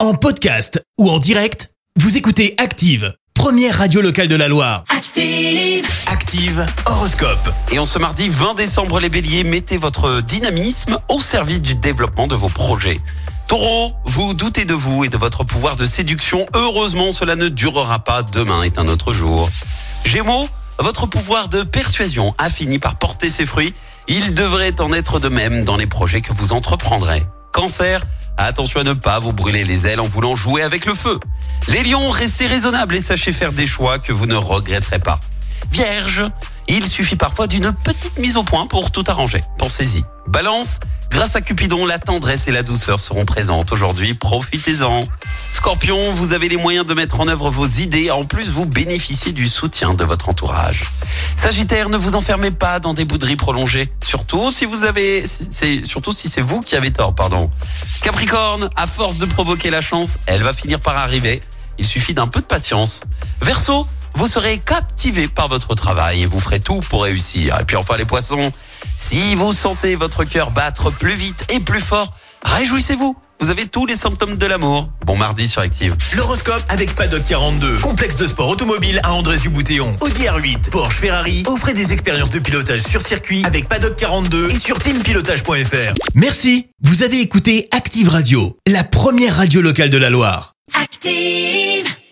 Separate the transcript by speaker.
Speaker 1: En podcast ou en direct, vous écoutez Active, première radio locale de la Loire.
Speaker 2: Active.
Speaker 1: Active Horoscope.
Speaker 3: Et en ce mardi 20 décembre, les béliers, mettez votre dynamisme au service du développement de vos projets. Taureau, vous doutez de vous et de votre pouvoir de séduction. Heureusement, cela ne durera pas. Demain est un autre jour. Gémeaux, votre pouvoir de persuasion a fini par porter ses fruits. Il devrait en être de même dans les projets que vous entreprendrez. Cancer, attention à ne pas vous brûler les ailes en voulant jouer avec le feu. Les lions, restez raisonnables et sachez faire des choix que vous ne regretterez pas. Vierge, il suffit parfois d'une petite mise au point pour tout arranger. Pensez-y. Balance, grâce à Cupidon, la tendresse et la douceur seront présentes aujourd'hui. Profitez-en. Scorpion, vous avez les moyens de mettre en œuvre vos idées. En plus, vous bénéficiez du soutien de votre entourage. Sagittaire, ne vous enfermez pas dans des bouderies prolongées. Surtout si vous avez, c'est surtout si c'est vous qui avez tort, pardon. Capricorne, à force de provoquer la chance, elle va finir par arriver. Il suffit d'un peu de patience. Verseau, vous serez captivé par votre travail et vous ferez tout pour réussir. Et puis enfin les poissons, si vous sentez votre cœur battre plus vite et plus fort, réjouissez-vous. Vous avez tous les symptômes de l'amour. Bon mardi sur Active.
Speaker 1: L'horoscope avec Paddock 42, complexe de sport automobile à André-Zuboutéon, Audi R8, Porsche, Ferrari. Offrez des expériences de pilotage sur circuit avec Paddock 42 et sur teampilotage.fr. Merci, vous avez écouté Active Radio, la première radio locale de la Loire.
Speaker 2: Active.